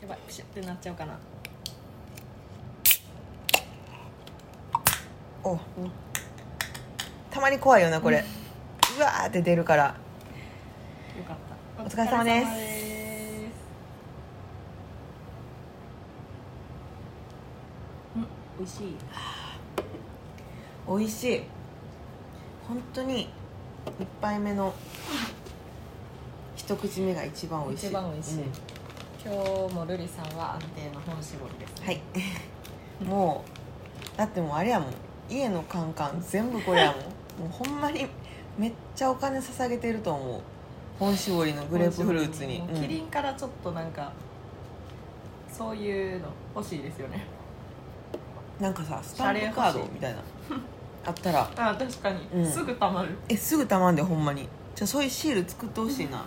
やばいプシュってなっちゃうかなおたまに怖いよなこれうわーって出るからよかったお疲れ様ですお疲れ様ですうん美味しい美味しい本当に一杯目の一口目が一番美味しい一番美味しいうん今日もルリさんは安定の本絞りですはい もうだってもうあれやもん家のカンカン全部これやもんもうほんまにめっちゃお金捧げてると思う本絞りのグレープフルーツに、もううんキリンからちょっとなんかそういうの欲しいですよねなんかさスタンプカードみた いなあったらあ確かに、うんすぐたまるえすぐたまんでほんまにじゃあそういうシール作ってほしいな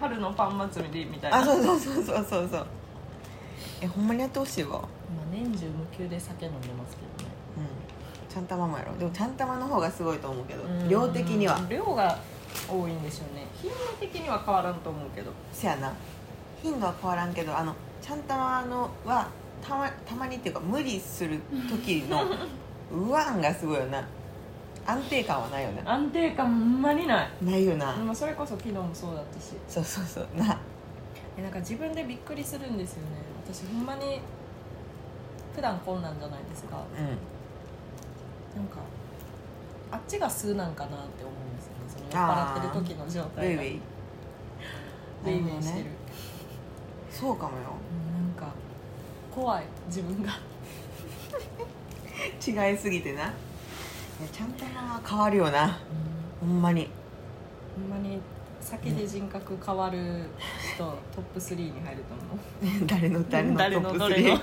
春のパン祭りみたいなあそうそうそうそうそうそうえほんまにやってほしいわ今年中無休で酒飲んでますけどねうんちゃんたまもやろでもちゃんたまの方がすごいと思うけど量的には量が多いんでしょうね頻度的には変わらんと思うけどせやな頻度は変わらんけどあのちゃんたまのはたまたまにっていうか無理する時の うわんがすごいよな安定感はないよね安定感ほんまにないないよな、でもそれこそ昨日もそうだったしそうそうそうなえなんか自分でびっくりするんですよね私ほんまに普段こんなんじゃないですかうなんかあっちが数なんかなって思うんですよねその酔っあ払ーってる時の状んウェ態イがウェイベイベイしてなるほどるねそうかもようんなんか怖い自分が違いすぎてないやちゃんたまは変わるよなほんまに ほんまに酒で人格変わる 人、トップ3に入ると思う誰の誰の誰トのップどスれリーの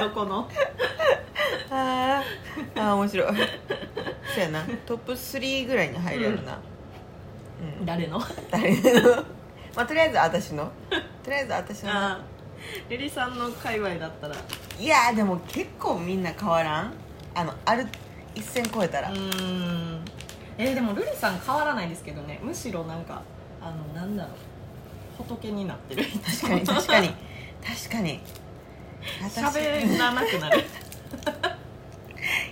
どこの あーあー面白いそうやなトップ3ぐらいに入るやろな、うん誰の誰の まあとりあえず私のとりあえず私のあリリさんの界隈だったらいやーでも結構みんな変わらんあのある一線超えたら、うーんえーでもルリさん変わらないですけどねむしろなんかあのなんだろう仏になってる 確かに確かに確かに私喋らなくな る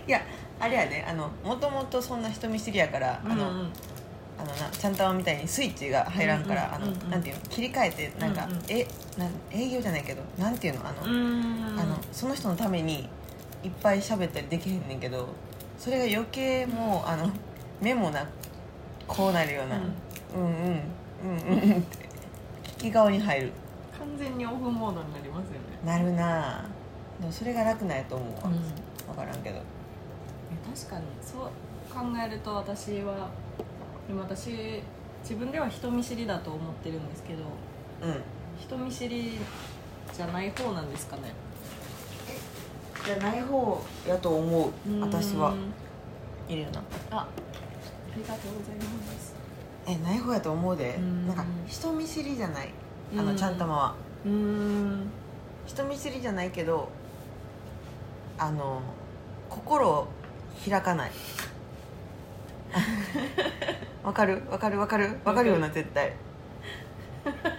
いやあれやであのもともとそんな人見知りやから、あのあのなちゃんたまみたいにスイッチが入らんから、うんうんうんうんあのなんていうの切り替えてなんか、うんうんえなん営業じゃないけどなんていうのあの、うんうんあのその人のためにいっぱい喋ったりできへんねんけどそれが余計もうあの 目もなこうなるような、うん、うんうんうんうんって聞き顔に入る完全にオフモードになりますよねなるなぁでもそれが楽なんやと思うわ、うん分からんけど確かにそう考えると私はでも私自分では人見知りだと思ってるんですけどうん人見知りじゃない方なんですかねじゃない方やと思う私はうんいるよなあありがとうございますえない方やと思うでうんなんか人見知りじゃないあうのんちゃんたまはうーん人見知りじゃないけどあの心を開かない わかるわかるわかるわかるよな絶対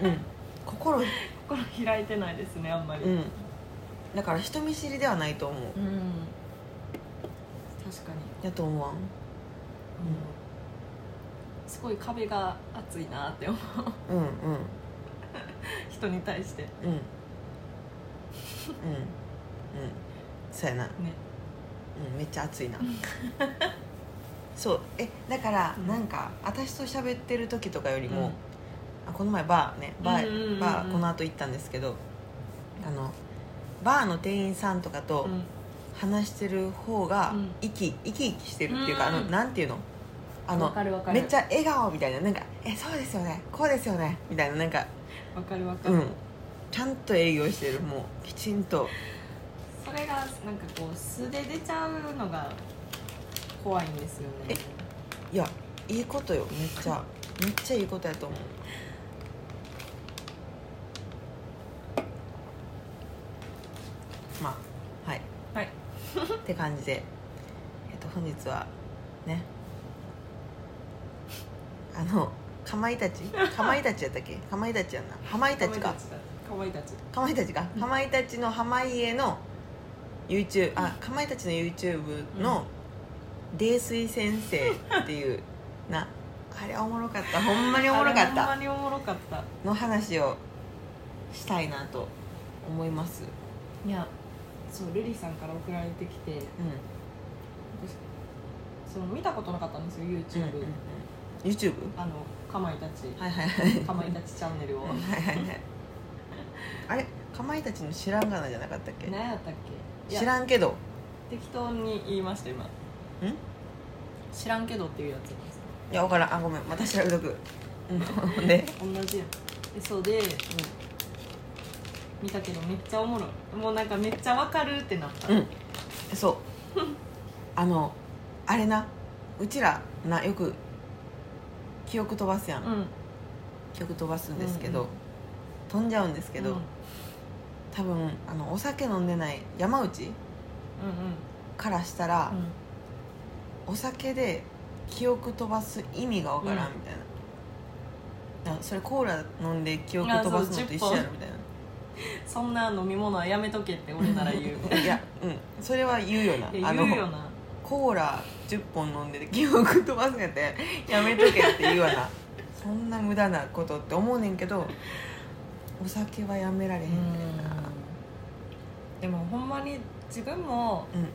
うん心う心開いてないですねあんまりんだから人見知りではないと思ううん確かに、やと思わんすごい壁が厚いなって思ううんうん人に対してねうんうんうんそうやなうん、めっちゃ熱いな そうえだからうんなんか、私と喋ってる時とかよりうんも、あこの前バーねバー,、うんうんうんうんバーこの後行ったんですけどあのバーの店員さんとかとうん話してる方がうん生き生き生きしてるっていうか、うんあのなんていうのあわのかるわかるめっちゃ笑顔みたいななんか「えそうですよねこうですよね」みたいななんかわかるわかうる、んちゃんと営業してるもうきちんとそれがなんかこう素で出ちゃうのが怖いんですよねいやいいことよめっちゃめっちゃいいことやと思うまあはいはいって感じでえっと本日はねあのかまいたちかまいたちやったっけかまいたちやんなかまいたちかかまいたちかまいたちかうんかまいたちの濱家の YouTube あかまいたちの YouTube の泥酔先生っていうなあれおもろかったほんまにおもろかっあれほんたまにおもろかったの話をしたいなと思いますいやそうルリさんから送られてきてうその見たことなかったんですよん YouTube、うんうん YouTube? あのかまいたちはいはいはいかまいたちチャンネルをはいはいはいあれかまいたちの知らんがなじゃなかったっけ何やったっけいや知らんけど適当に言いました今知らんけどっていうやつなんですいや分からんあごめんまた調べとくうん ほんで同じやんえそうで見たけどめっちゃおもろいもうなんかめっちゃわかるってなった、うん、うん、そうあのあれなうちらなよく記憶飛ばすやん、うん記憶飛ばすんですけど、うんうん飛んじゃうんですけど、うんうん多分あのお酒飲んでない山内からしたら、うんお酒で記憶飛ばす意味がわからんみたいな、あそれコーラ飲んで記憶飛ばすのと一緒やろみたいそんな飲み物はやめとけって俺なら 言うないやうんそれは言うよないやあの言うよなコーラ10本飲んでて記憶飛ばすんやってやめとけって言う わなそんな無駄なことって思うねんけどお酒はやめられへんねんなでもほんまに自分もうん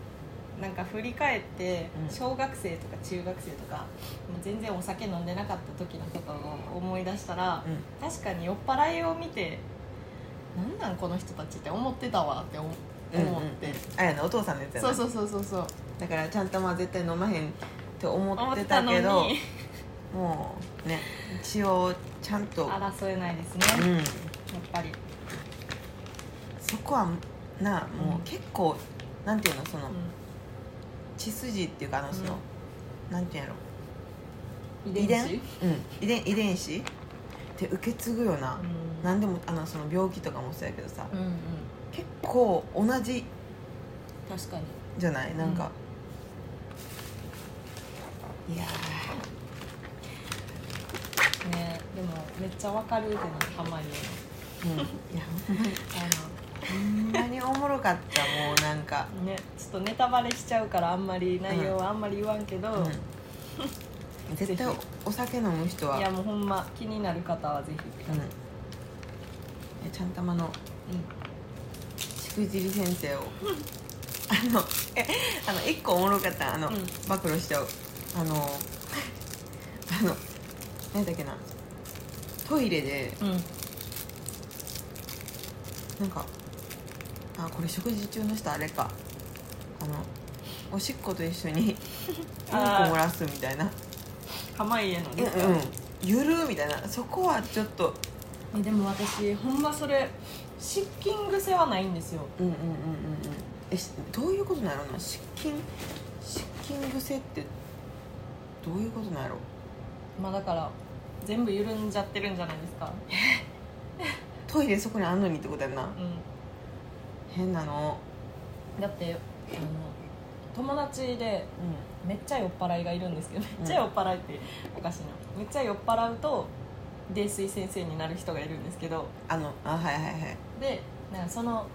なんか振り返ってうん小学生とか中学生とかもう全然お酒飲んでなかった時のことを思い出したらうん確かに酔っ払いを見てなんなんこの人たちって思ってたわって思うんうん思って、あやなお父さんのやつやなそうそうそうそうそうだからちゃんとまあ絶対飲まへんって思思っっててたたのけどにもうね一応ちゃんと争えないですね、うやっんぱり、そこはなうんもう結構、なんていうのそのう血筋っていうかあのその、なんていうんやろん、遺遺伝伝子うん遺伝遺伝子って受け継ぐよな、うんなんでもあのその病気とかもそうやけどさ、うんうん結構同じ確かにじゃないなんか、いやねでもめっちゃわかるってなたまにー、うん、いやあほんまにおもろかったもうなんか、のねちょっとネタバレしちゃうからあんまり内容はあんまり言わんけど、うん、絶対ぜお酒飲む人はいやもうほんま気になる方はぜひってう感んじ、えちゃんたまのうんしくじり先生 をあのえあの一個おもろかったあの、うん暴露しちゃうあのあの何だっけなトイレでうんなんかあこれ食事中の人あれかあのおしっこと一緒 にうんこあー漏らすみたいな濱家のうんね、うんゆるみたいなそこはちょっとえでも私ほんまそれ失禁癖はないんですようんうんうんうんうんえしどういうことなんやろな失禁失禁癖ってどういうことなんやろまあだから全部緩んじゃってるんじゃないですかトイレそこにあんのにってことやんなう変なのんだってあの友達でうめっちゃ酔っ払いがいるんですけどめっちゃ酔っ払いっておかしいなめっちゃ酔っ払うと泥酔先生になる人がいるんですけどんあのあはいはいはいでなんかその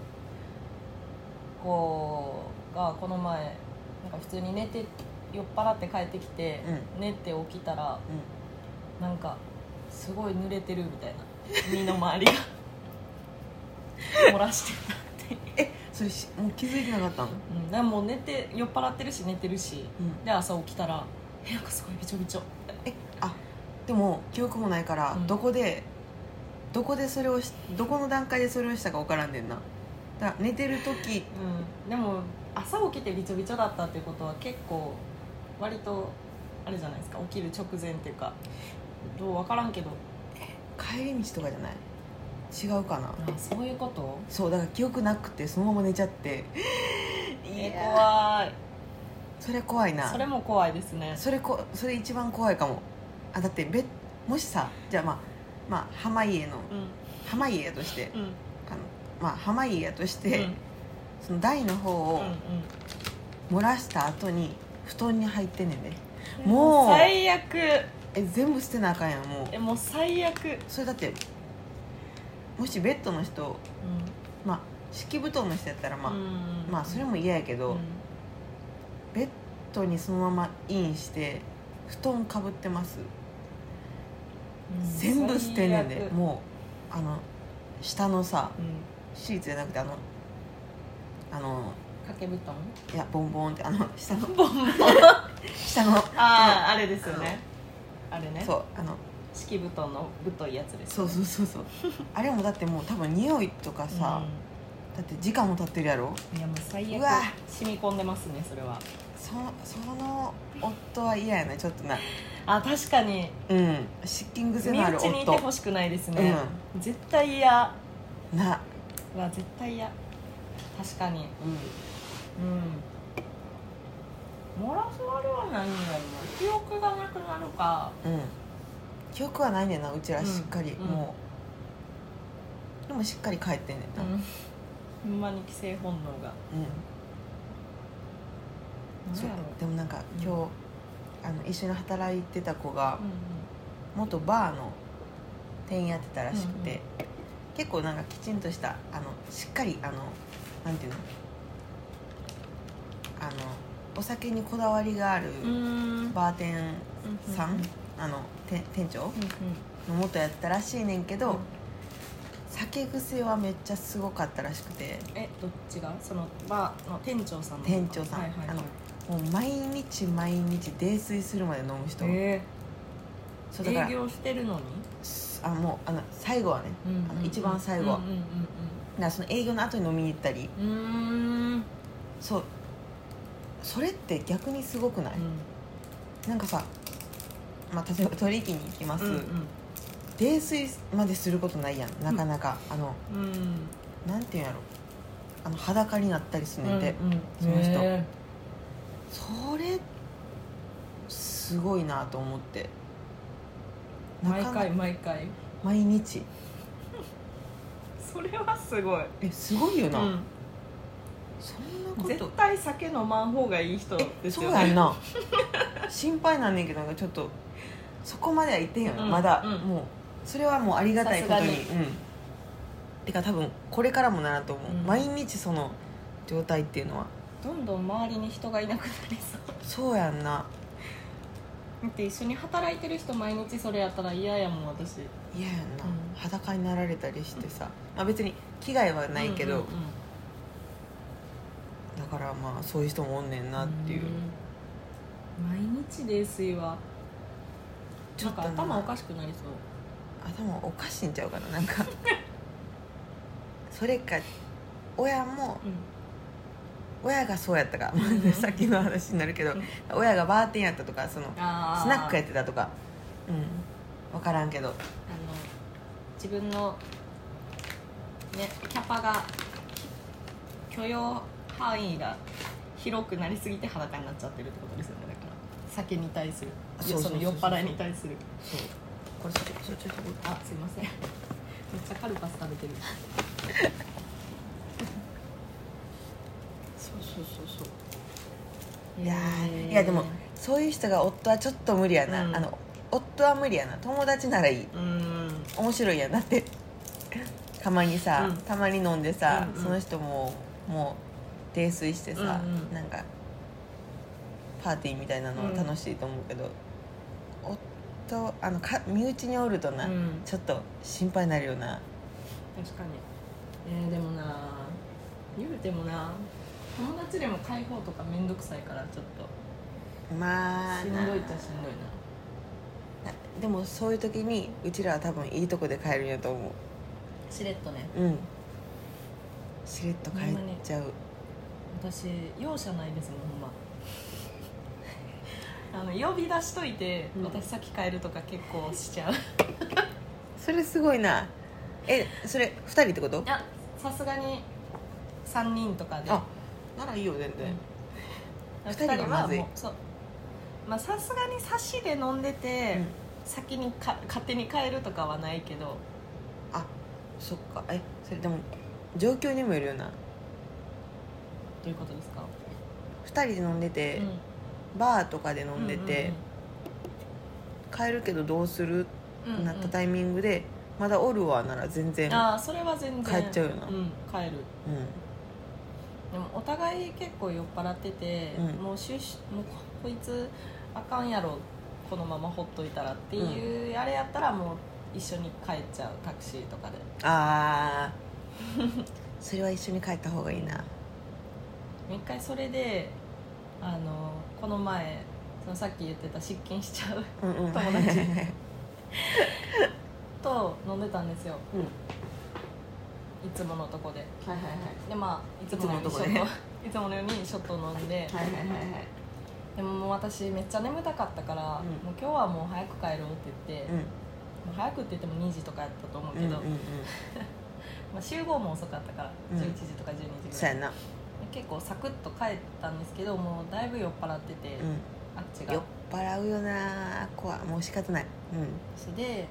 子がこの前なんか普通に寝て酔っ払って帰ってきて、寝て起きたらなんかすごい濡れてるみたいな 身の回りが漏らしてたって、それしもう気づいてなかったのうん、だからもう寝て酔っ払ってるし寝てるしうんで朝起きたらえなんかすごいびちょびちょえあでも記憶もないから、うんどこでどこでそれをしどこの段階でそれをしたか分からんねんなだから寝てる時うん、でも朝起きてびちょびちょだったってことは結構割とあれじゃないですか起きる直前っていうかどう分からんけど帰り道とかじゃない違うかなあそういうことそうだから記憶なくてそのまま寝ちゃって えいや怖いそれ怖いなそれも怖いですねそれこそれ一番怖いかもあだってべもしさじゃあまあまあ濱家のうん濱家やとしてうんあのまあ濱家やとしうんて、その台の方うんを漏らした後に布団に入ってんねんね、うんもう最悪え全部捨てなあかんやんもうえもう最悪うんそれだってもしベッドの人まあ敷布団の人やったらまあ、うんまあそれも嫌やけど、うんベッドにそのままインして布団かぶってます、うん全部捨てんねんで最悪もうあの下のさうんシーツじゃなくてあのあの掛け布団いやボンボンってあの下のボンボン 下のあああれですよねあれねそうあの敷布団の太いやつですそようねそうそうそうあれもだってもう多分匂いとかさ、だって時間も経ってるやろうんいやもう最うわ悪染み込んでますねそれはそその夫は嫌やなちょっとなあ確かにうん失禁癖身のある内にいて夫ほしくないですね絶対嫌うんな、うわ絶対嫌確かにううん漏らす割は何やろう記憶がなくなるかんうん、記憶はないねんなうちらうんしっかり、うんもうでもしっかり帰ってんねんな、うんほんまに規制本能がそ何うやろうでもなんかうん今日、あの一緒に働いてた子がうんうん元バーの店員やってたらしくて、うん結構なんかきちんとしたあのしっかりあのなんていうのあのお酒にこだわりがあるうんバーテンさん、うんうんあのて店長うの元やったらしいねんけんど、うん酒癖はめっちゃすごかったらしくてえどっちがそのバーの店長さんの店長さんはいはいはいあのもう毎日毎日泥酔するまで飲む人、えそうだかー、ら営業してるのに、あもうあの最後はね、うんうんうんあの一番最後は、うんだうんからその営業の後に飲みに行ったりうんうんうーんうんそうそれって逆にすごくない、なんかさ、まあ、例えば取引に行きます、うん泥酔まですることないやんなかなか、あのうんうんなんていうんやろあの裸になったりするねんで、うんうんその人へそれすごいなと思ってーなか毎なか回毎回毎日それはすごい、えすごいような、ん、そんなこと絶対酒飲まん方がいい人えですそうよやんねな心配なんねんけどなんかちょっとそこまでは言ってんよな、うんまだ、うんもうそれはもうありがたいことにさすうんてか多分これからもならと思う、うん毎日その状態っていうのはどんどん周りに人がいなくなりそうそうやんなだって一緒に働いてる人毎日それやったら嫌やもん私嫌やんな、うん裸になられたりしてさ、まあ、別に危害はないけうど、んうんうんだからまあそういう人もおんねんなっていう、うん毎日泥酔はちょなんっとかな頭おかしくなりそう頭おかしいんちゃうかななんかそれか親もう親がそうやったか、うん さっきの話になるけど、うん親がバーテンやったとかそのん、あースナックやってたとかうん分からんけどあの自分の、ね、キャパが許容範囲が広くなりすぎて裸になっちゃってるってことですよねだから酒に対するいやそうそそうそうそうの酔っ払いに対するそうこれそれそれちょっとあすいませんめっちゃカルパス食べ てるそうそうそうそういいやーいやでもそういう人が夫はちょっと無理やな、うんあの夫は無理やな友達ならいいうん面白いやんだってたまにさ、うんたまに飲んでさ、うんうんその人ももう泥酔してさ、うんうんなんかパーティーみたいなのは楽しいと思うけど、夫あのか身内におるとな、うんちょっと心配になるよな確かにえー、でもな言うてもな友達でも解放とかめんどくさいからちょっとまあしんなどいっちゃしんどいななでもそういう時にうちらは多分いいとこで帰るんやと思しれっとねううんしれっと帰っちゃう私容赦ないですもんほんま あの呼び出しといて、うん私先帰るとか結構しち ゃういそれすごいなえそれ2人ってことやさすがに3人とかであならいいよ全然二人がまずいもうそうまあさすがに差しで飲んでて、うん先にか勝手に帰るとかはないけどあそっかえそれでも状況にもよるよなどういうことですか、 2人で飲んでて、バーとかで飲んでうんて、うんうん帰るけどどうするうんってなったタイミングでまだおるわなら全然ああそれは全然帰っちゃうよなうん、帰るうでもお互い結構酔っ払ってて、うんもうしゅしもうここいつあかんやろこのままほっといたらっていう、あれやったらもう一緒に帰っちゃうタクシーとかでんああ それは一緒に帰った方がいいな一回それであのこの前そのさっき言ってた失禁しちゃううん うん友達と飲んでたんですようんはいいつものとこではいはいでまあいつつももののとよこうでにショットいつものようにショット飲んで、はいはいはいはいでももう私めっちゃ眠たかったから、うんもう今日はもう早く帰ろうって言って、うんもう早くって言っても2時とかやったと思うけうんうど、んうんまあ、集合も遅かったからうん11時とか12時ぐそうらい、やな結構サクッと帰ったんですけどもうだいぶ酔っ払ってて、うあっちん酔がっ払うよな怖もう仕方ないそれで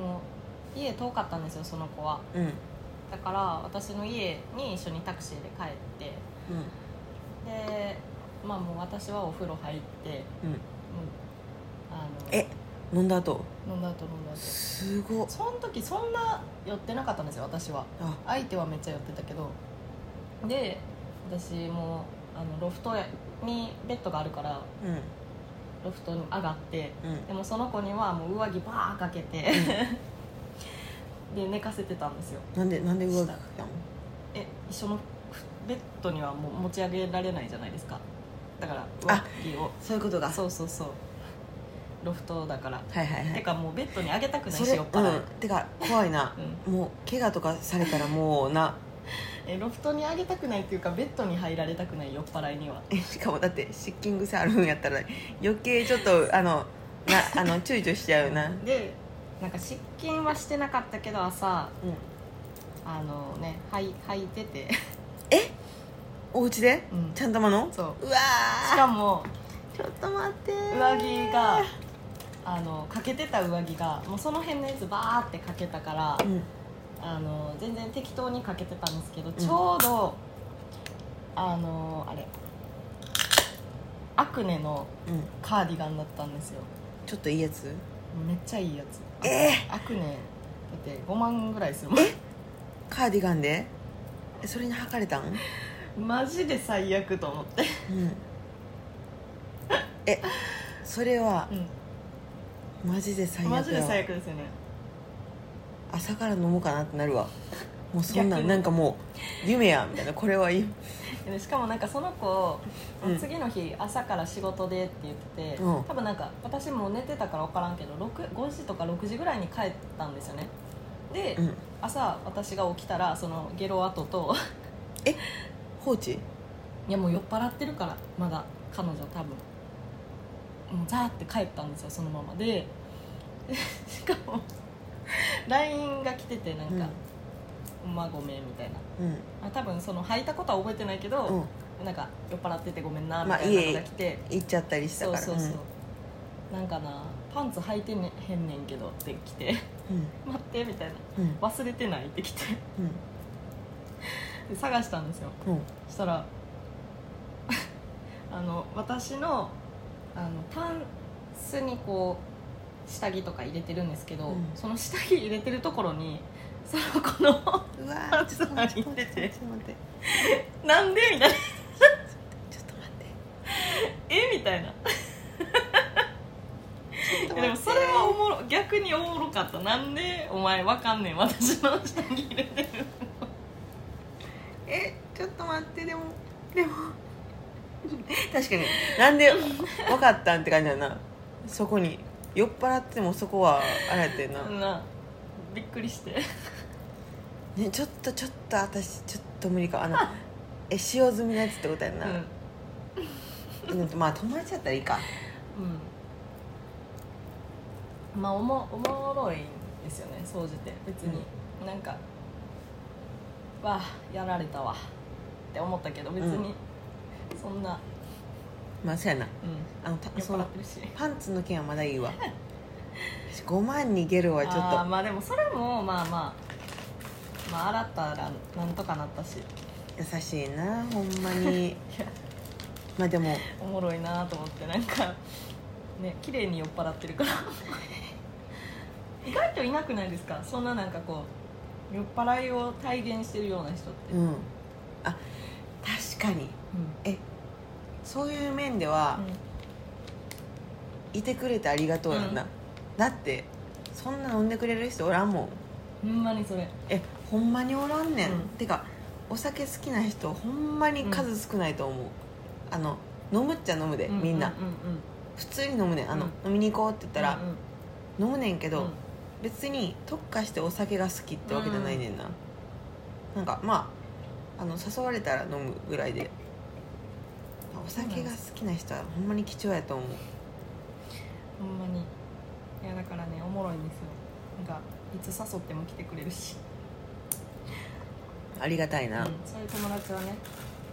もう家遠かったんですよその子はうんうんだから私の家に一緒にタクシーで帰ってでまあもう私はお風呂入って、うんうんうんあのえ飲んだ後飲んだ後飲んだ後すごっその時そんな酔ってなかったんですよ私はあ相手はめっちゃ寄ってたけどで私もあのロフトにベッドがあるからうんうんロフトに上がってでもその子にはもう上着バーかけて で寝かせてたんですよなんでなんで上着かけたのえ一緒のベッドにはもう持ち上げられないじゃないですかだからあ上着をそういうことがそうそうそうロフトだから、はいはいはていかもうベッドに上げたくないそしれ酔っ払ういん、てか怖いなうんもう怪我とかされたらもうなえロフトに上げたくないっていうかベッドに入られたくない酔っ払いにはえしかもだって失禁癖あるんやったら余計ちょっとあのなあの躊躇しちゃうよな、うん、でなんか失禁はしてなかったけど朝あのねはい履いてて お家で、うんちゃんたまのそううわしかもーちょっと待って上着があのかけてた上着がもうその辺のやつバーってかけたからうんあの全然適当にかけてたんですけどちょうど、あのあれアクネのうんカーディガンだったんですよちょっといいやつめっちゃいいやつえアクネだって5万ぐらいするもんカーディガンでえそれに履かれたん、うん、マジで最悪と思って、えそれはマジで最マ悪ジでやわ最悪ですよね朝から飲もうかなってなるわもうそんな逆んになんかもう夢やみたいなこれはいい、でしかもなんかその子、うん次の日朝から仕事でって言ってて、うん多分なんか私もう寝てたから分からんけど6 5時とか6時ぐらいに帰ったんですよねで、うん、朝私が起きたらそのゲロ跡と放置いやもう酔っ払ってるからまだ彼女多分もうザーって帰ったんですよそのままでしかも LINE が来ててなんか「まあごめん」みたいなうんうんあ多分その履いたことは覚えてないけど、うんなんか酔っ払っててごめんなみまあたいなのが来て、行っちゃったりしたそうからそうそう、なんかなパンツ履いてねへんねんけどって来てうん待ってみたいなうん忘れてないって来てうんで探したんですようんそしたら あの私のあのタンスにこう下着とか入れてるんですけど、うんその下着入れてるところに その子の うわパーンツの中に入れてちょっと待ってなんでみたいなちょっと待ってえみたいなちょっと待ってちょっと待ってでもそれはおもろ逆におもろかったなんでお前わかんねん私の下着入れてる えちょっと待ってでもで も確かになんで分かったんって感じだなそこに酔っ払ってもそこはあれやってんな、なびっくりしてね、ちょっとちょっと私ちょっと無理かあのえ使用済みのやつってことやんうんな、うんまあ友達だったらいいかうんまあおもおもろいんですよね総じて別に、なんかわあやられたわって思ったけど別に、そんな、まあそうやなうん、あのた酔っそ払のってるしパンツの件はまだい いわ5万にゲロはちょっあーまあでもそれもまあまあまあ洗ったらなんとかなったしと優しいな ほんまにやまあでもおもろいなと思ってなんかね綺麗に酔っ払ってるから 意外といなくないですかそんななんかこう酔っ払いを体現してるような人って、うん、あ確かにそういう面では、いてくれてありがとうやんな、うんだってそんな飲んでくれる人おらんもんうん、ほんまにそれえほんまにおらんねん、うんてかお酒好きな人ほんまに数少ないと思う、あの飲むっちゃ飲むで、みんなううんうん普通に飲むねんあの、う飲みに行こうって言ったらうんう、ん飲むねんけど、うん別に特化してお酒が好きってわけじゃないねんな、なんかまああの誘われたら飲むぐらいでお酒が好きな人はほんまに貴重やと思うほんまにいやだからねおもろいんですよなんかいつ誘っても来てくれるし、ありがたいうな、ん、そういう友達はね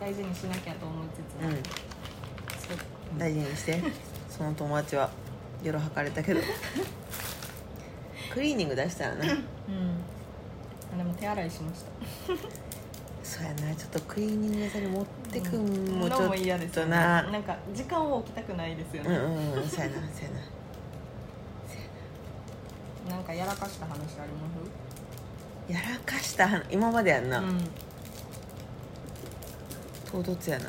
大事にしなきゃと思いつつ、うそううんん、大事にしてその友達は夜はかれたけどクリーニング出したらなうんあでも手洗いしましたそうやなちょっとクリーニング屋さんに持ってくんもちどうょもっ嫌ですとよねななんか時間を置きたくないですようんうね、んうんそうやなそうやななんかやらかした話ありまやらかした話今までやんな、すうん唐突やな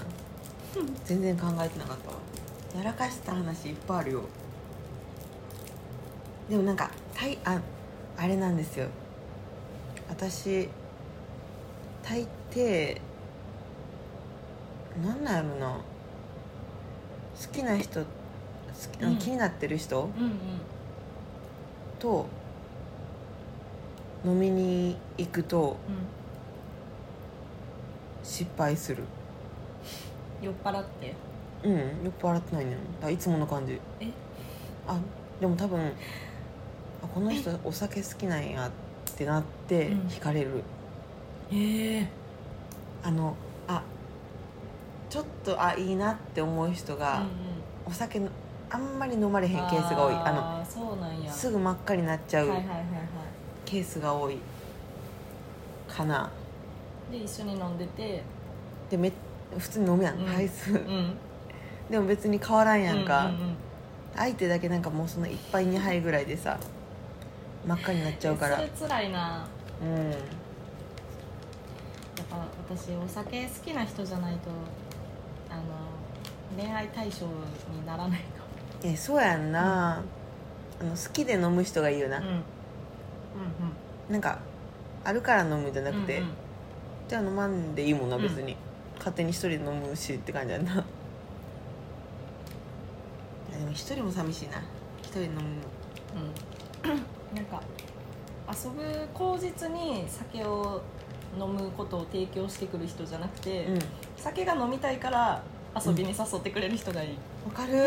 全然考えてなかったわやらかした話いっぱいあるよでもなんかたいああれなんですよ私大抵なんなんやろな好きな人好きあうん気になってる人うんと飲みに行くとうんうん失敗する酔っ払ってうんよく笑ってないねんだからいつもの感じえあでも多分あこの人お酒好きなんやってなってうん惹かれる、ええあのあちょっとあいいなって思う人うんが、うんお酒のあんまり飲まれへんケースが多いのあそうなんのやすぐ真っ赤になっちゃうはいはいはいはケースが多いかな、いで一緒に飲んでてでめ普通に飲むやん、うん回数うんでも別に変わらんやんか、うううん相手だけなんかもうその1杯2杯ぐらいでさ真っ赤になっちゃうからそれ辛いなうんやっぱ私お酒好きな人じゃないとあの恋愛対象にならないかえそうやんな、あの好きで飲む人がいいよな、もうんうんなんかあるから飲むんじゃなくて、うんうんじゃあ飲まんでいいもんなうん別に、勝手に一人で飲むしって感じやんないやでも一人も寂しいな一人で飲むのうん、なんか遊ぶ口実に酒を飲むことを提供してくる人じゃなくて、う酒が飲みたいから遊びに誘ってくれる人がいい、 んわかる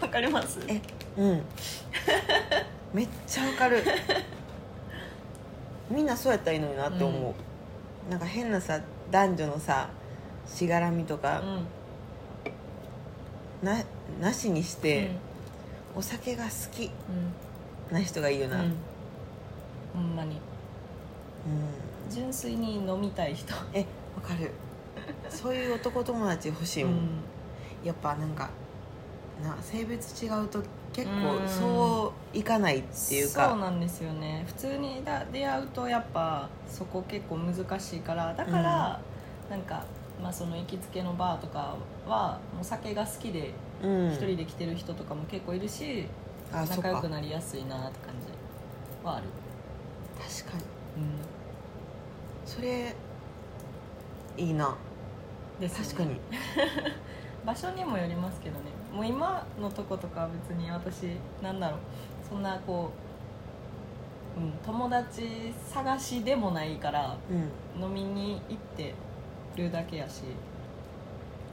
わかりますえうん めっちゃわかるみんなそうやったらいいのになって思う、なんか変なさ男女のさしがらみとうか、んななしにして、お酒が好きうな人がいいよんうな、うんん、ほんまに純粋に飲みたい人、えわかるそういう男友達欲しいもん、やっぱなんかな性別違うと結うん構そういかないっていうそうかなんですよね普通にだ出会うとやっぱそこ結構難しいからだから、なんか、まあ、その行きつけのバーとかはもう酒が好きでうん一人で来てる人とかも結構いるし、あそっ仲良かくなりやすいなって感じはある、確かにそれいいなですよね確かに場所にもよりますけどねもう今のとことかは別に私なんだろうそんなこう、うん、友達探しでもないからうん飲みに行ってるだけやし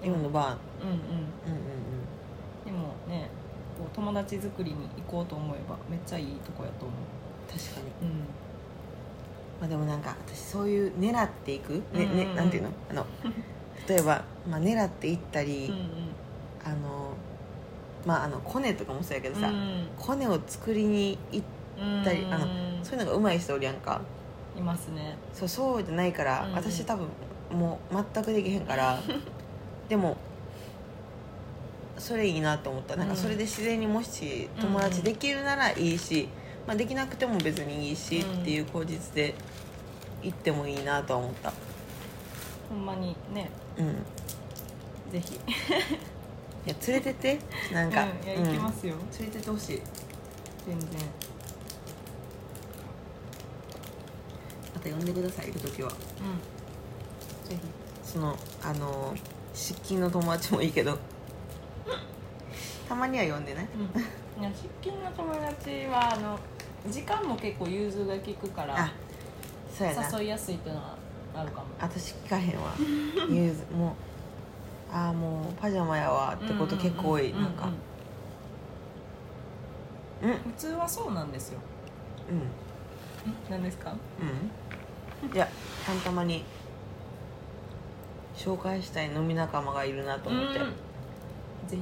今のバうんうんーうんうんでもねこう友達作りに行こうと思えばめっちゃいいとこやと思ううん確かにうんまあでもなんか私そういう狙っていくねうんうんうねんなんていうの あの例えばまあ狙っていったり、うんあのまああのコネとかもそうやけどうんさ、コネを作りに行っうんたりあのうんそういうのが上手い人おるやんかいますねそうそうじゃないから、うん 私多分もう全くできへんからでもそれいいなと思ったなんかうんそれで自然にもし友達できるならいいし、まあ、できなくても別にいいしうんっていう口実で行ってもいいなとは思ったほんまにねうんいぜひや連れてってなんか、うん、いやうん行きますよ、連れてってほしい全然また呼んでください行く時はうんぜそのあの失勤の友達もい いけどたまには呼んでねひ、うん、いや出勤の友達はあの時間も結構融通が利くからあそうやな誘いやすいっていうのはあるかも私聞かへんわニュースもうああもうパジャマやわってこと結構多い、うんうんうんなんかうんうんうん普通はそうなんですよ何ですかうんいやたまたまに紹介したい飲み仲間がいるなと思って、うんぜひ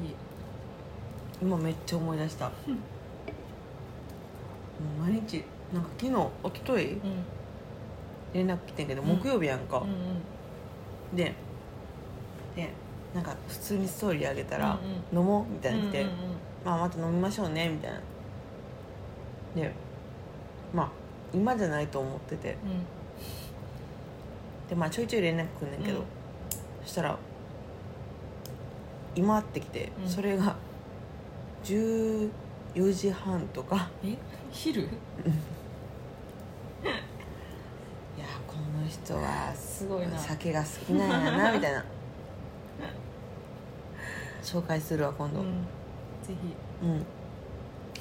今めっちゃ思い出した、うんもう毎日なんか昨日一昨日うん連絡来てんけどうん木曜日やんかうん、うんででなんか普通にストーリーあげたらうん「飲もう」みたいに来て、うんうんうんまあ、また飲みましょうねみたいなでまあ今じゃないと思っててうんでまあちょいちょい連絡くんねんけど、うんそしたら「今」ってきて、うんそれが14時半とかえ昼いやこの人はすごいな酒が好きなんや なみたいな紹介するわ今う度うん、んぜひ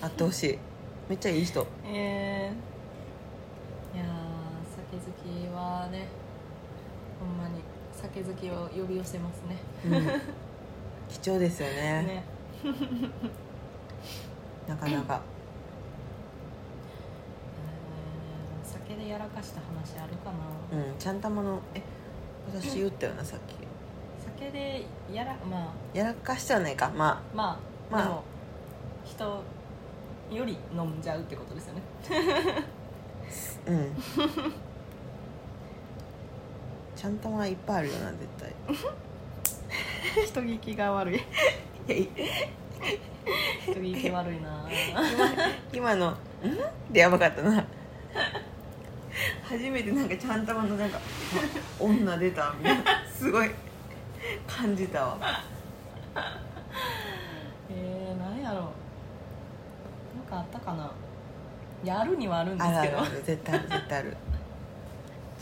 会ってほしいめっちゃいい人えー、いやー酒好きはねほんまに酒好きを呼び寄せますね うん、貴重ですよねねなかなかえー酒でやらかした話あるかな、うんちゃんたまのえ私言ったよなさっき酒でやらまやらかしてはないかまあまあ、まあでも人より飲んじゃうってことですよねあうん ちゃんたまいっぱいあるよな絶対人聞きが悪いいや 人聞き悪いな今の「ん?」ってやばかったな初めてなんかちゃんたまのなんか「あ女出た」みたいなすごい感じたわえー、何やろうなんかあったかないやあるにはあるんですあるあけるどある絶対ある絶対ある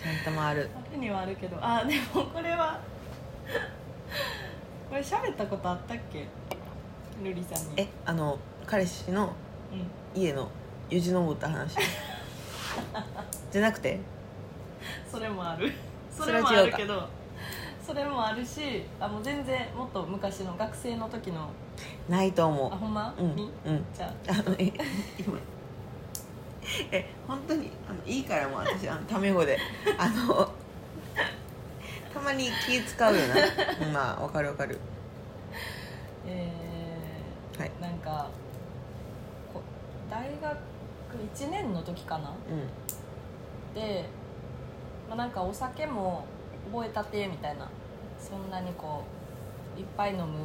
ちゃんたまあるあるにはあるけどあでもこれはこれ喋ったことあったっけルリさんにえあの彼氏のうん家のゆじ登った話じゃなくてそれもあるそそれれもはあ違うるかけどそれもあるしあもう全然もっと昔の学生の時のないと思あうほんま、うんにうんじゃあのえ今え本当にあのいいからもう私あのタメ語であのたまに気使うよなまあわかるわかるあえはいー、なんかこ大学1年の時かなうで、まあ、なんかお酒も覚えたてみたいなそんなにこういっぱい飲む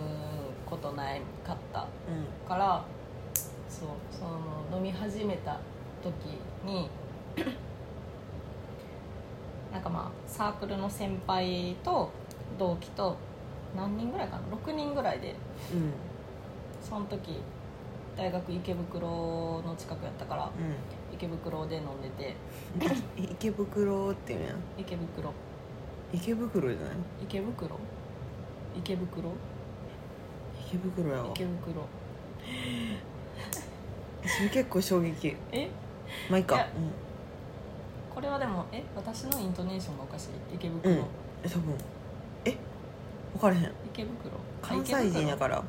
ことないかったんうんからそうその飲み始めた時に なんかまあサークルの先輩と同期と何人ぐらいかな6人ぐらいでうんその時大学池袋の近くやったから池袋で飲んでてうんい池袋っていうのや池袋池袋じゃない池袋池袋池袋やわ池袋それ結構衝撃えまあいいいかやこれはでもえ私のイントネーションがおかしい池袋、うんうん多分え分からへん池袋あ関西人やから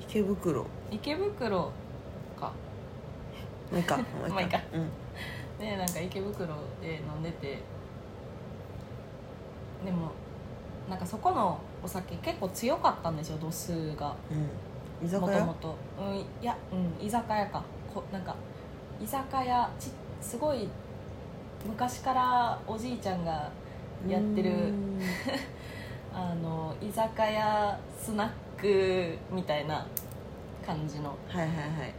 池袋池袋かまあいいか まあいいかうんでなんか池袋で飲んでてでもなんかそこのお酒結構強かったんですよ度数がうん居酒もとも屋とうんいや、うん、居酒屋かこなんか居酒屋ちすごい昔からおじいちゃんがやってるうーんあの居酒屋スナックみたいな感じのはいはい はい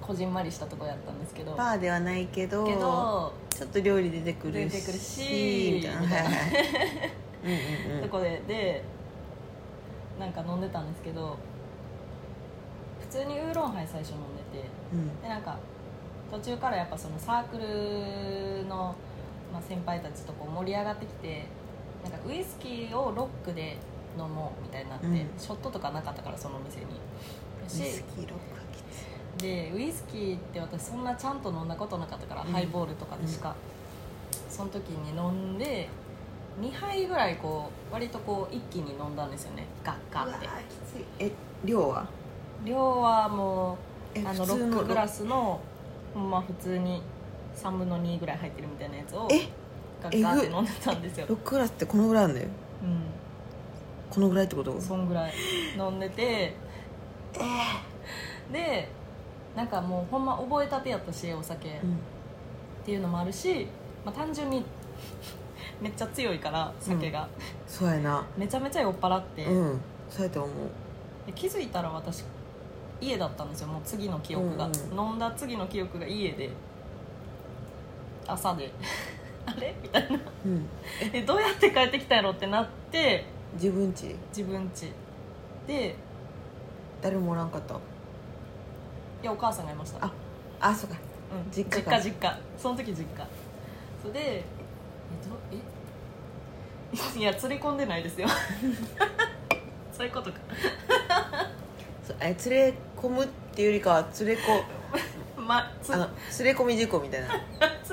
こじんまりしたとこやったんですけどバーではないけどけどちょっと料理出てくるし出てくるしみたいなはみいたはいいなうんうんうとんこででなんか飲んでたんですけど普通にウーロンハイ最初飲んでてうんでなんか途中からやっぱそのサークルの、まあ、先輩たちとこう盛り上がってきてなんかウイスキーをロックで飲もうみたいになって、うんショットとかなかったからその店にウイしスキーロックはきついでウイスキーって私そんなちゃんと飲んだことなかったから、うんハイボールとかでしか、その時に飲んで2杯ぐらいこう割とこう一気に飲んだんですよねガッガッてうわーきついえ量は量はもえうあの普通の6グラスのほんま普通に3分の2ぐらい入ってるみたいなやつをえガッガッて飲んでたんですよロ、ックグラスってこのぐらいなんだようこのぐらいってことん、そんぐらい飲んでてえーでなんかもうほんま覚えたてやったしお酒、うんっていうのもあるし、まあ、単純に めっちゃ強いから酒が、そうやなめちゃめちゃ酔っ払って、うんそうやと思うで気づいたら私家だったんですよもう次の記憶が、うん飲んだ次の記憶が家で朝で あれみたいなうんえどうやって帰ってきたんやろってなって自分ち自分家で誰もおらんかったいやお母さんがいましたああそうかうん、実実家家か実家その時実家それでえどえ いや連れ込んでないです よそういうことかそうえ連れ込むっていうよりかは連れこまつあの連れ込み事故みたいな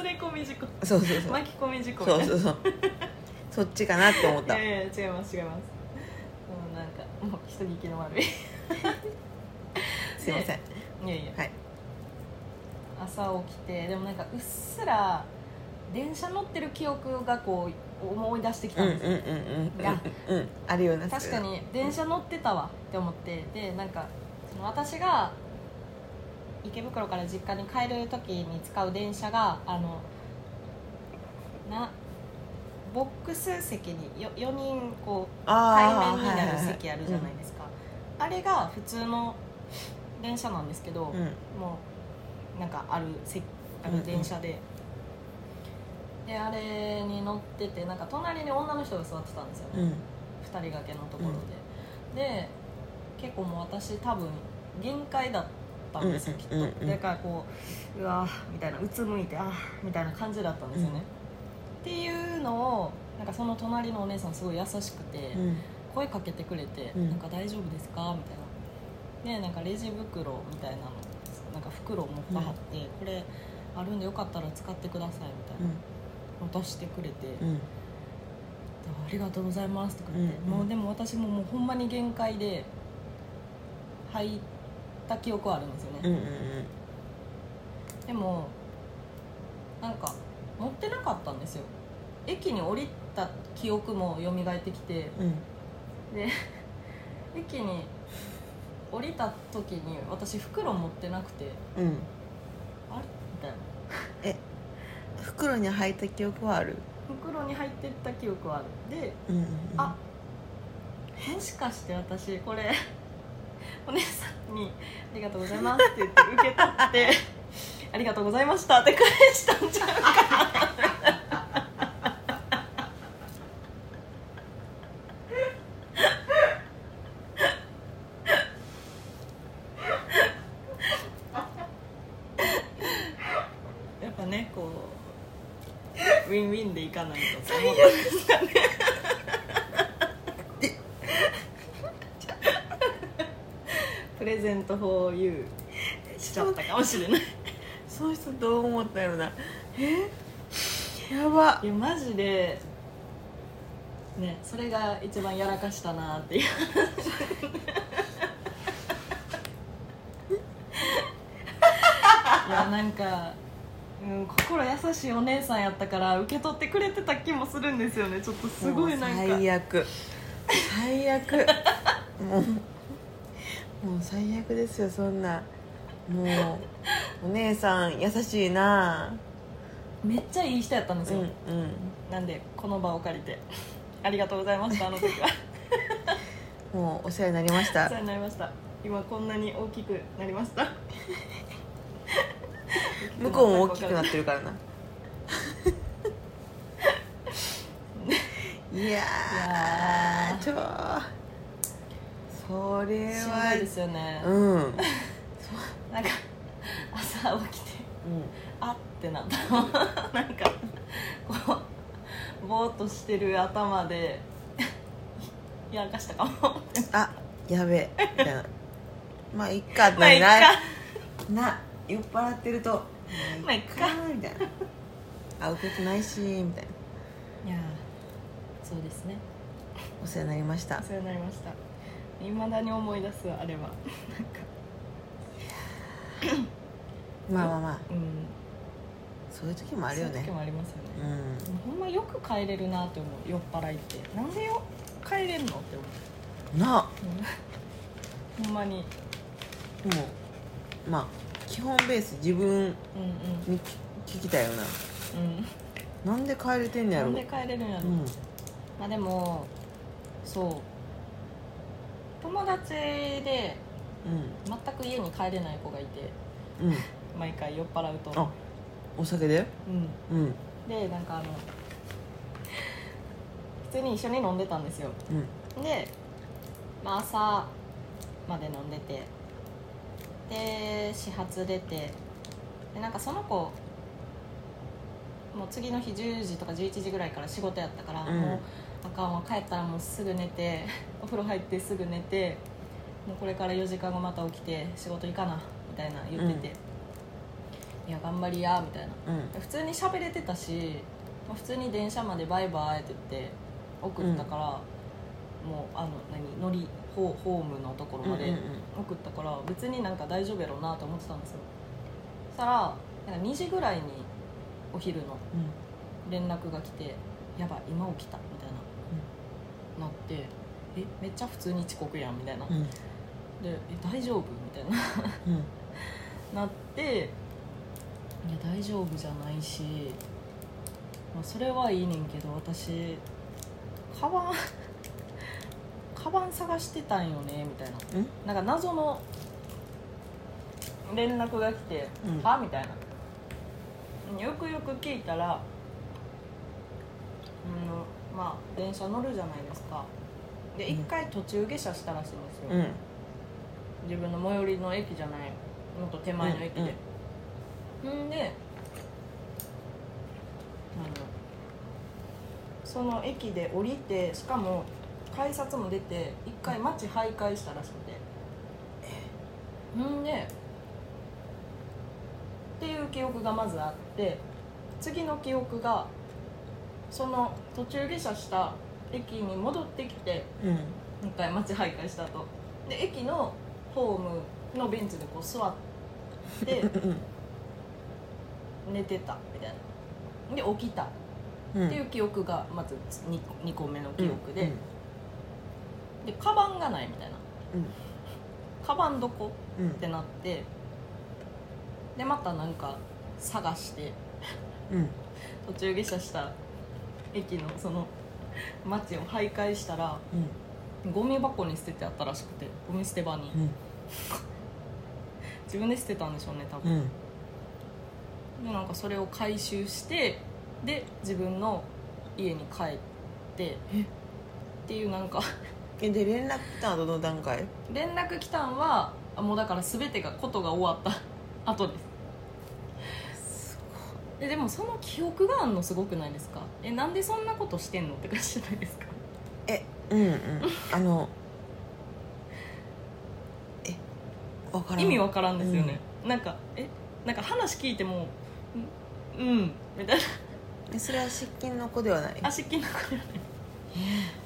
連れ込み事故 そうそうそう巻き込み事故みそたういそうそうそっちかなって思ったないやいや違います違いますもうなんかもう人聞きの悪いすいませんいやいやはい朝起きてでもなんかうっすら電車乗ってる記憶がこう思い出してきうたんんうんですよ、うんうんいやうんうんあるよな確かに電車乗ってたわって思ってでなんかその私が池袋から実家に帰る時に使う電車があのなボックス席によ4人こう対あ面ーになるはいはいはい席あるじゃないですかあれが普通の電車なんですけど、うんうんもうなんかあるせあうんうるん電車で、であれに乗っててなんか隣に女の人が座ってたんですよね、うん2人掛けのところで、で結構もう私多分限界だったんですよ、うんうきっんうんうとんだからこううわーみたいなうつむいてあーみたいな感じだったんですよね、っていうのをなんかその隣のお姉さんすごい優しくて、うん声かけてくれて「うんなんか大丈夫ですか?」みたいな。でなんかレジ袋みたいなのなんか袋を持ってはって、これあるんでよかったら使ってくださいみたいな、渡してくれて、うんうんありがとうございますとか言って、うんうんもうでも私ももうほんまに限界で入った記憶はあるんですようね、んうんでもなんか持ってなかったんですよ駅に降りた記憶も蘇ってきてうんうんで駅に降りた時に私袋持ってなくてあうんれみたいな袋に入った記憶はある袋に入ってった記憶はあるでうんうんうんあもしかして私これ お姉さんに「ありがとうございます」って言って受け取って「ありがとうございました」って返したんじゃうかなやっぱねこうウィンウィンでいかないとと思ったプレゼント for you しちゃったかもしれないその人どう思ったよなえやば いやマジでねそれが一番やらかしたなっていういやなんか、うん、心優しいお姉さんやったから受け取ってくれてた気もするんですよねちょっとすごいなんもかう最悪最悪もうもう最悪ですよそんなもうお姉さん優しいなめっちゃいい人やったんですうんよ、うんなんでこの場を借りてありがとうございましたあの時はもうお世話になりましおた世話になりました今こんなに大きくなりました向こうも大きくなって るからないやいやーちょーそれーしんはどいですよね、うん、うん、なんか朝起きてあってなったなんかこうぼーっとしてる頭でやらかしたかもあやべえみたいなまあいっかってまあいっかな酔っ払ってるとまあいっかみたいな会うことないしみたいないやそうですねお世話になりましたお世話になりましたいまだに思い出すわあれはなんかまあまあまあうんそういう時もあるよそういうね時もありますよねうんほんまよく帰れるなって思う酔っ払いってなんでよ帰れんのって思なあ うほんまにでもまあ基本ベース自分うんうに聞きたいよんうんななんで帰れてんねやなろんで帰れるんやろ、うんまあでもそう友達で全く家に帰れない子がいてうんうん毎回酔っ払うとあお酒でうんうんうんでなんかあの 普通に一緒に飲んでたんですよで、まあ、朝まで飲んでてで始発出てでなんかその子もう次の日10時とか11時ぐらいから仕事やったから、うんもうあかんわ帰ったらもうすぐ寝て お風呂入ってすぐ寝てもうこれから4時間後また起きて仕事行かなみたいな言ってて、いや頑張りやみたいなうん普通に喋れてたしまあ普通に電車までバイバイって言って送ったから、もうあの何乗りホホームのところまうでんうん送ったから、別になんか大丈夫やろうなと思ってたんですよそしたらなんか2時ぐらいにお昼のうん連絡が来て「やばい今起きた」みたいな、なって「えめっちゃ普通に遅刻やん」みたいな「うんでえ大丈夫?」みたいなうんなっていや大丈夫じゃないし、まあ、それはいいねんけど私カバン カバン探してたんよねみたいうんななんか謎の連絡が来て「うんあみたいなよくよく聞いたら、うん、まあ電車乗るじゃないですかでうん一回途中下車したらしいんですよ、うん自分の最寄りの駅じゃないもっと手前の駅で、んであのその駅で降りてしかも改札も出て一回街徘徊したらしくてんでっていう記憶がまずあって次の記憶がその途中下車した駅に戻ってきてうん一回街徘徊した後で駅のホームのベンチでこう座ってうん寝てたみたいなで起きたっうんていう記憶がまず 2, 二個目の記憶で、うんでカバンがないみたいな、うんカバンどこうんってなってでまたなんか探してうん途中下車した駅のその街を徘徊したらうんゴミ箱に捨ててあったらしくてゴミ捨て場にうん自分で捨てたんでしょうね多分う、んでなんかそれを回収してで自分の家に帰ってっていうなんか えで連絡来たのどの段階連絡来たんはあもうだから全てがことが終わった 後ですででもその記憶があんのすごくないですかえなんでそんなことしてんのって感じじゃないですかえうんうんあのえわからん意味わからんですよね、なんかえなんか話聞いてもんうんみたいえそれは失禁の子ではないな足きなくなる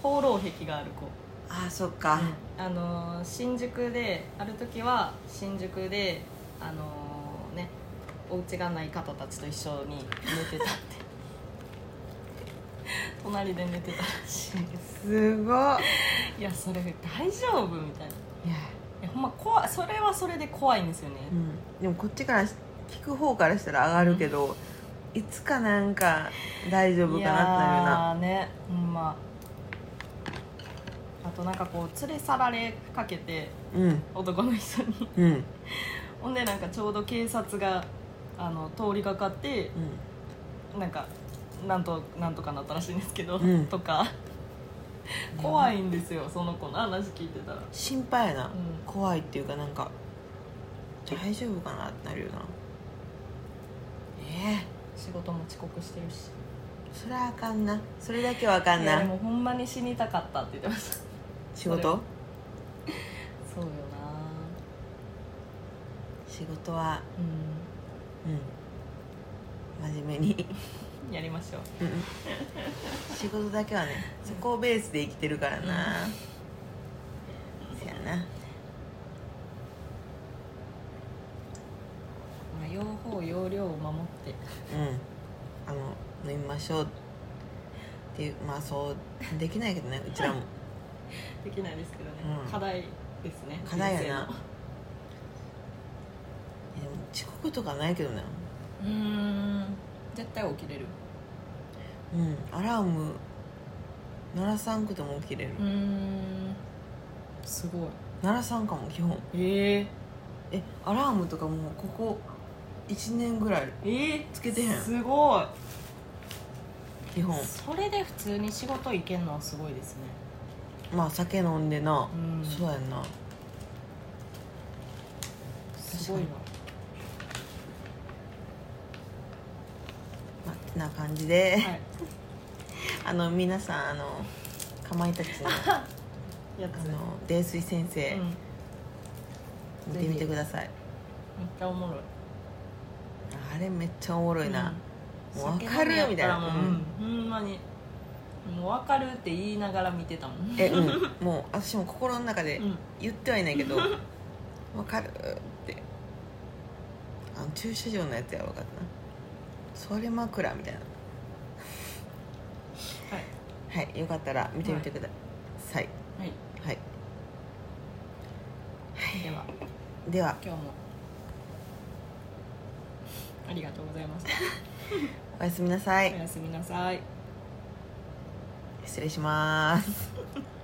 放浪癖がある子ああそっかあのー新宿である時は新宿であのーねお家がない方たちと一緒に寝てたって 隣で寝てたらしいですすごいいやそれ大丈夫みたいないいややほんま怖いそれはそれで怖いんですよねうんでもこっちからし聞く方からしたら上がるけどいつかなんか大丈夫いかなってなるよなやーねほんまああとなんかこう連れ去られかけてうん男の人にうんうんほんでなんかちょうど警察があの通りかかってなんかなんとなんとかなったらしいんですけど、うんとか怖いんですよその子の話聞いてたら心配やな、ん怖いっていうかなんか大丈夫かなってなるよなええ仕事も遅刻してるしそれはあかんなそれだけはあかんいやなでもほんまに死にたかったって言ってました仕そ事うよな仕事はううん真面目にんやりましょううん仕事だけはねそこをベースで生きてるからなそやなまあ用法用量を守ってうんあの飲みましょうっていうまあそうできないけどねうちらもできないですけどね、うん課題ですね課題やな人えでも遅刻とかないけどね生のうん絶対起きれるうんアラーム鳴らさんくても起きれるんすごい鳴らさんかも基本ええアラームとかもうここ1年ぐらいー、えー、つけてへんすごい基本それで普通に仕事行けるのはすごいですねまあ酒飲んでな、うんそうやんなすごいなまあてな感じで、はいあの皆さんあのかまいたちのあやつの泥酔先生うん、めっ見てみてください、ちゃおもろいあれめっちゃおもろいな、うんもう分かるみたいな、酒飲みやったらもううんほんまにもう分かるって言いながら見てたもんえうんもう私も心の中でうん言ってはいないけど、 わ分かるってあの駐車場のやつや分かったなそれ枕みたいなはいはいよかったら見てみてください、はいはいではでは今日もありがとうございましたおやすみなさい、おやすみなさい失礼します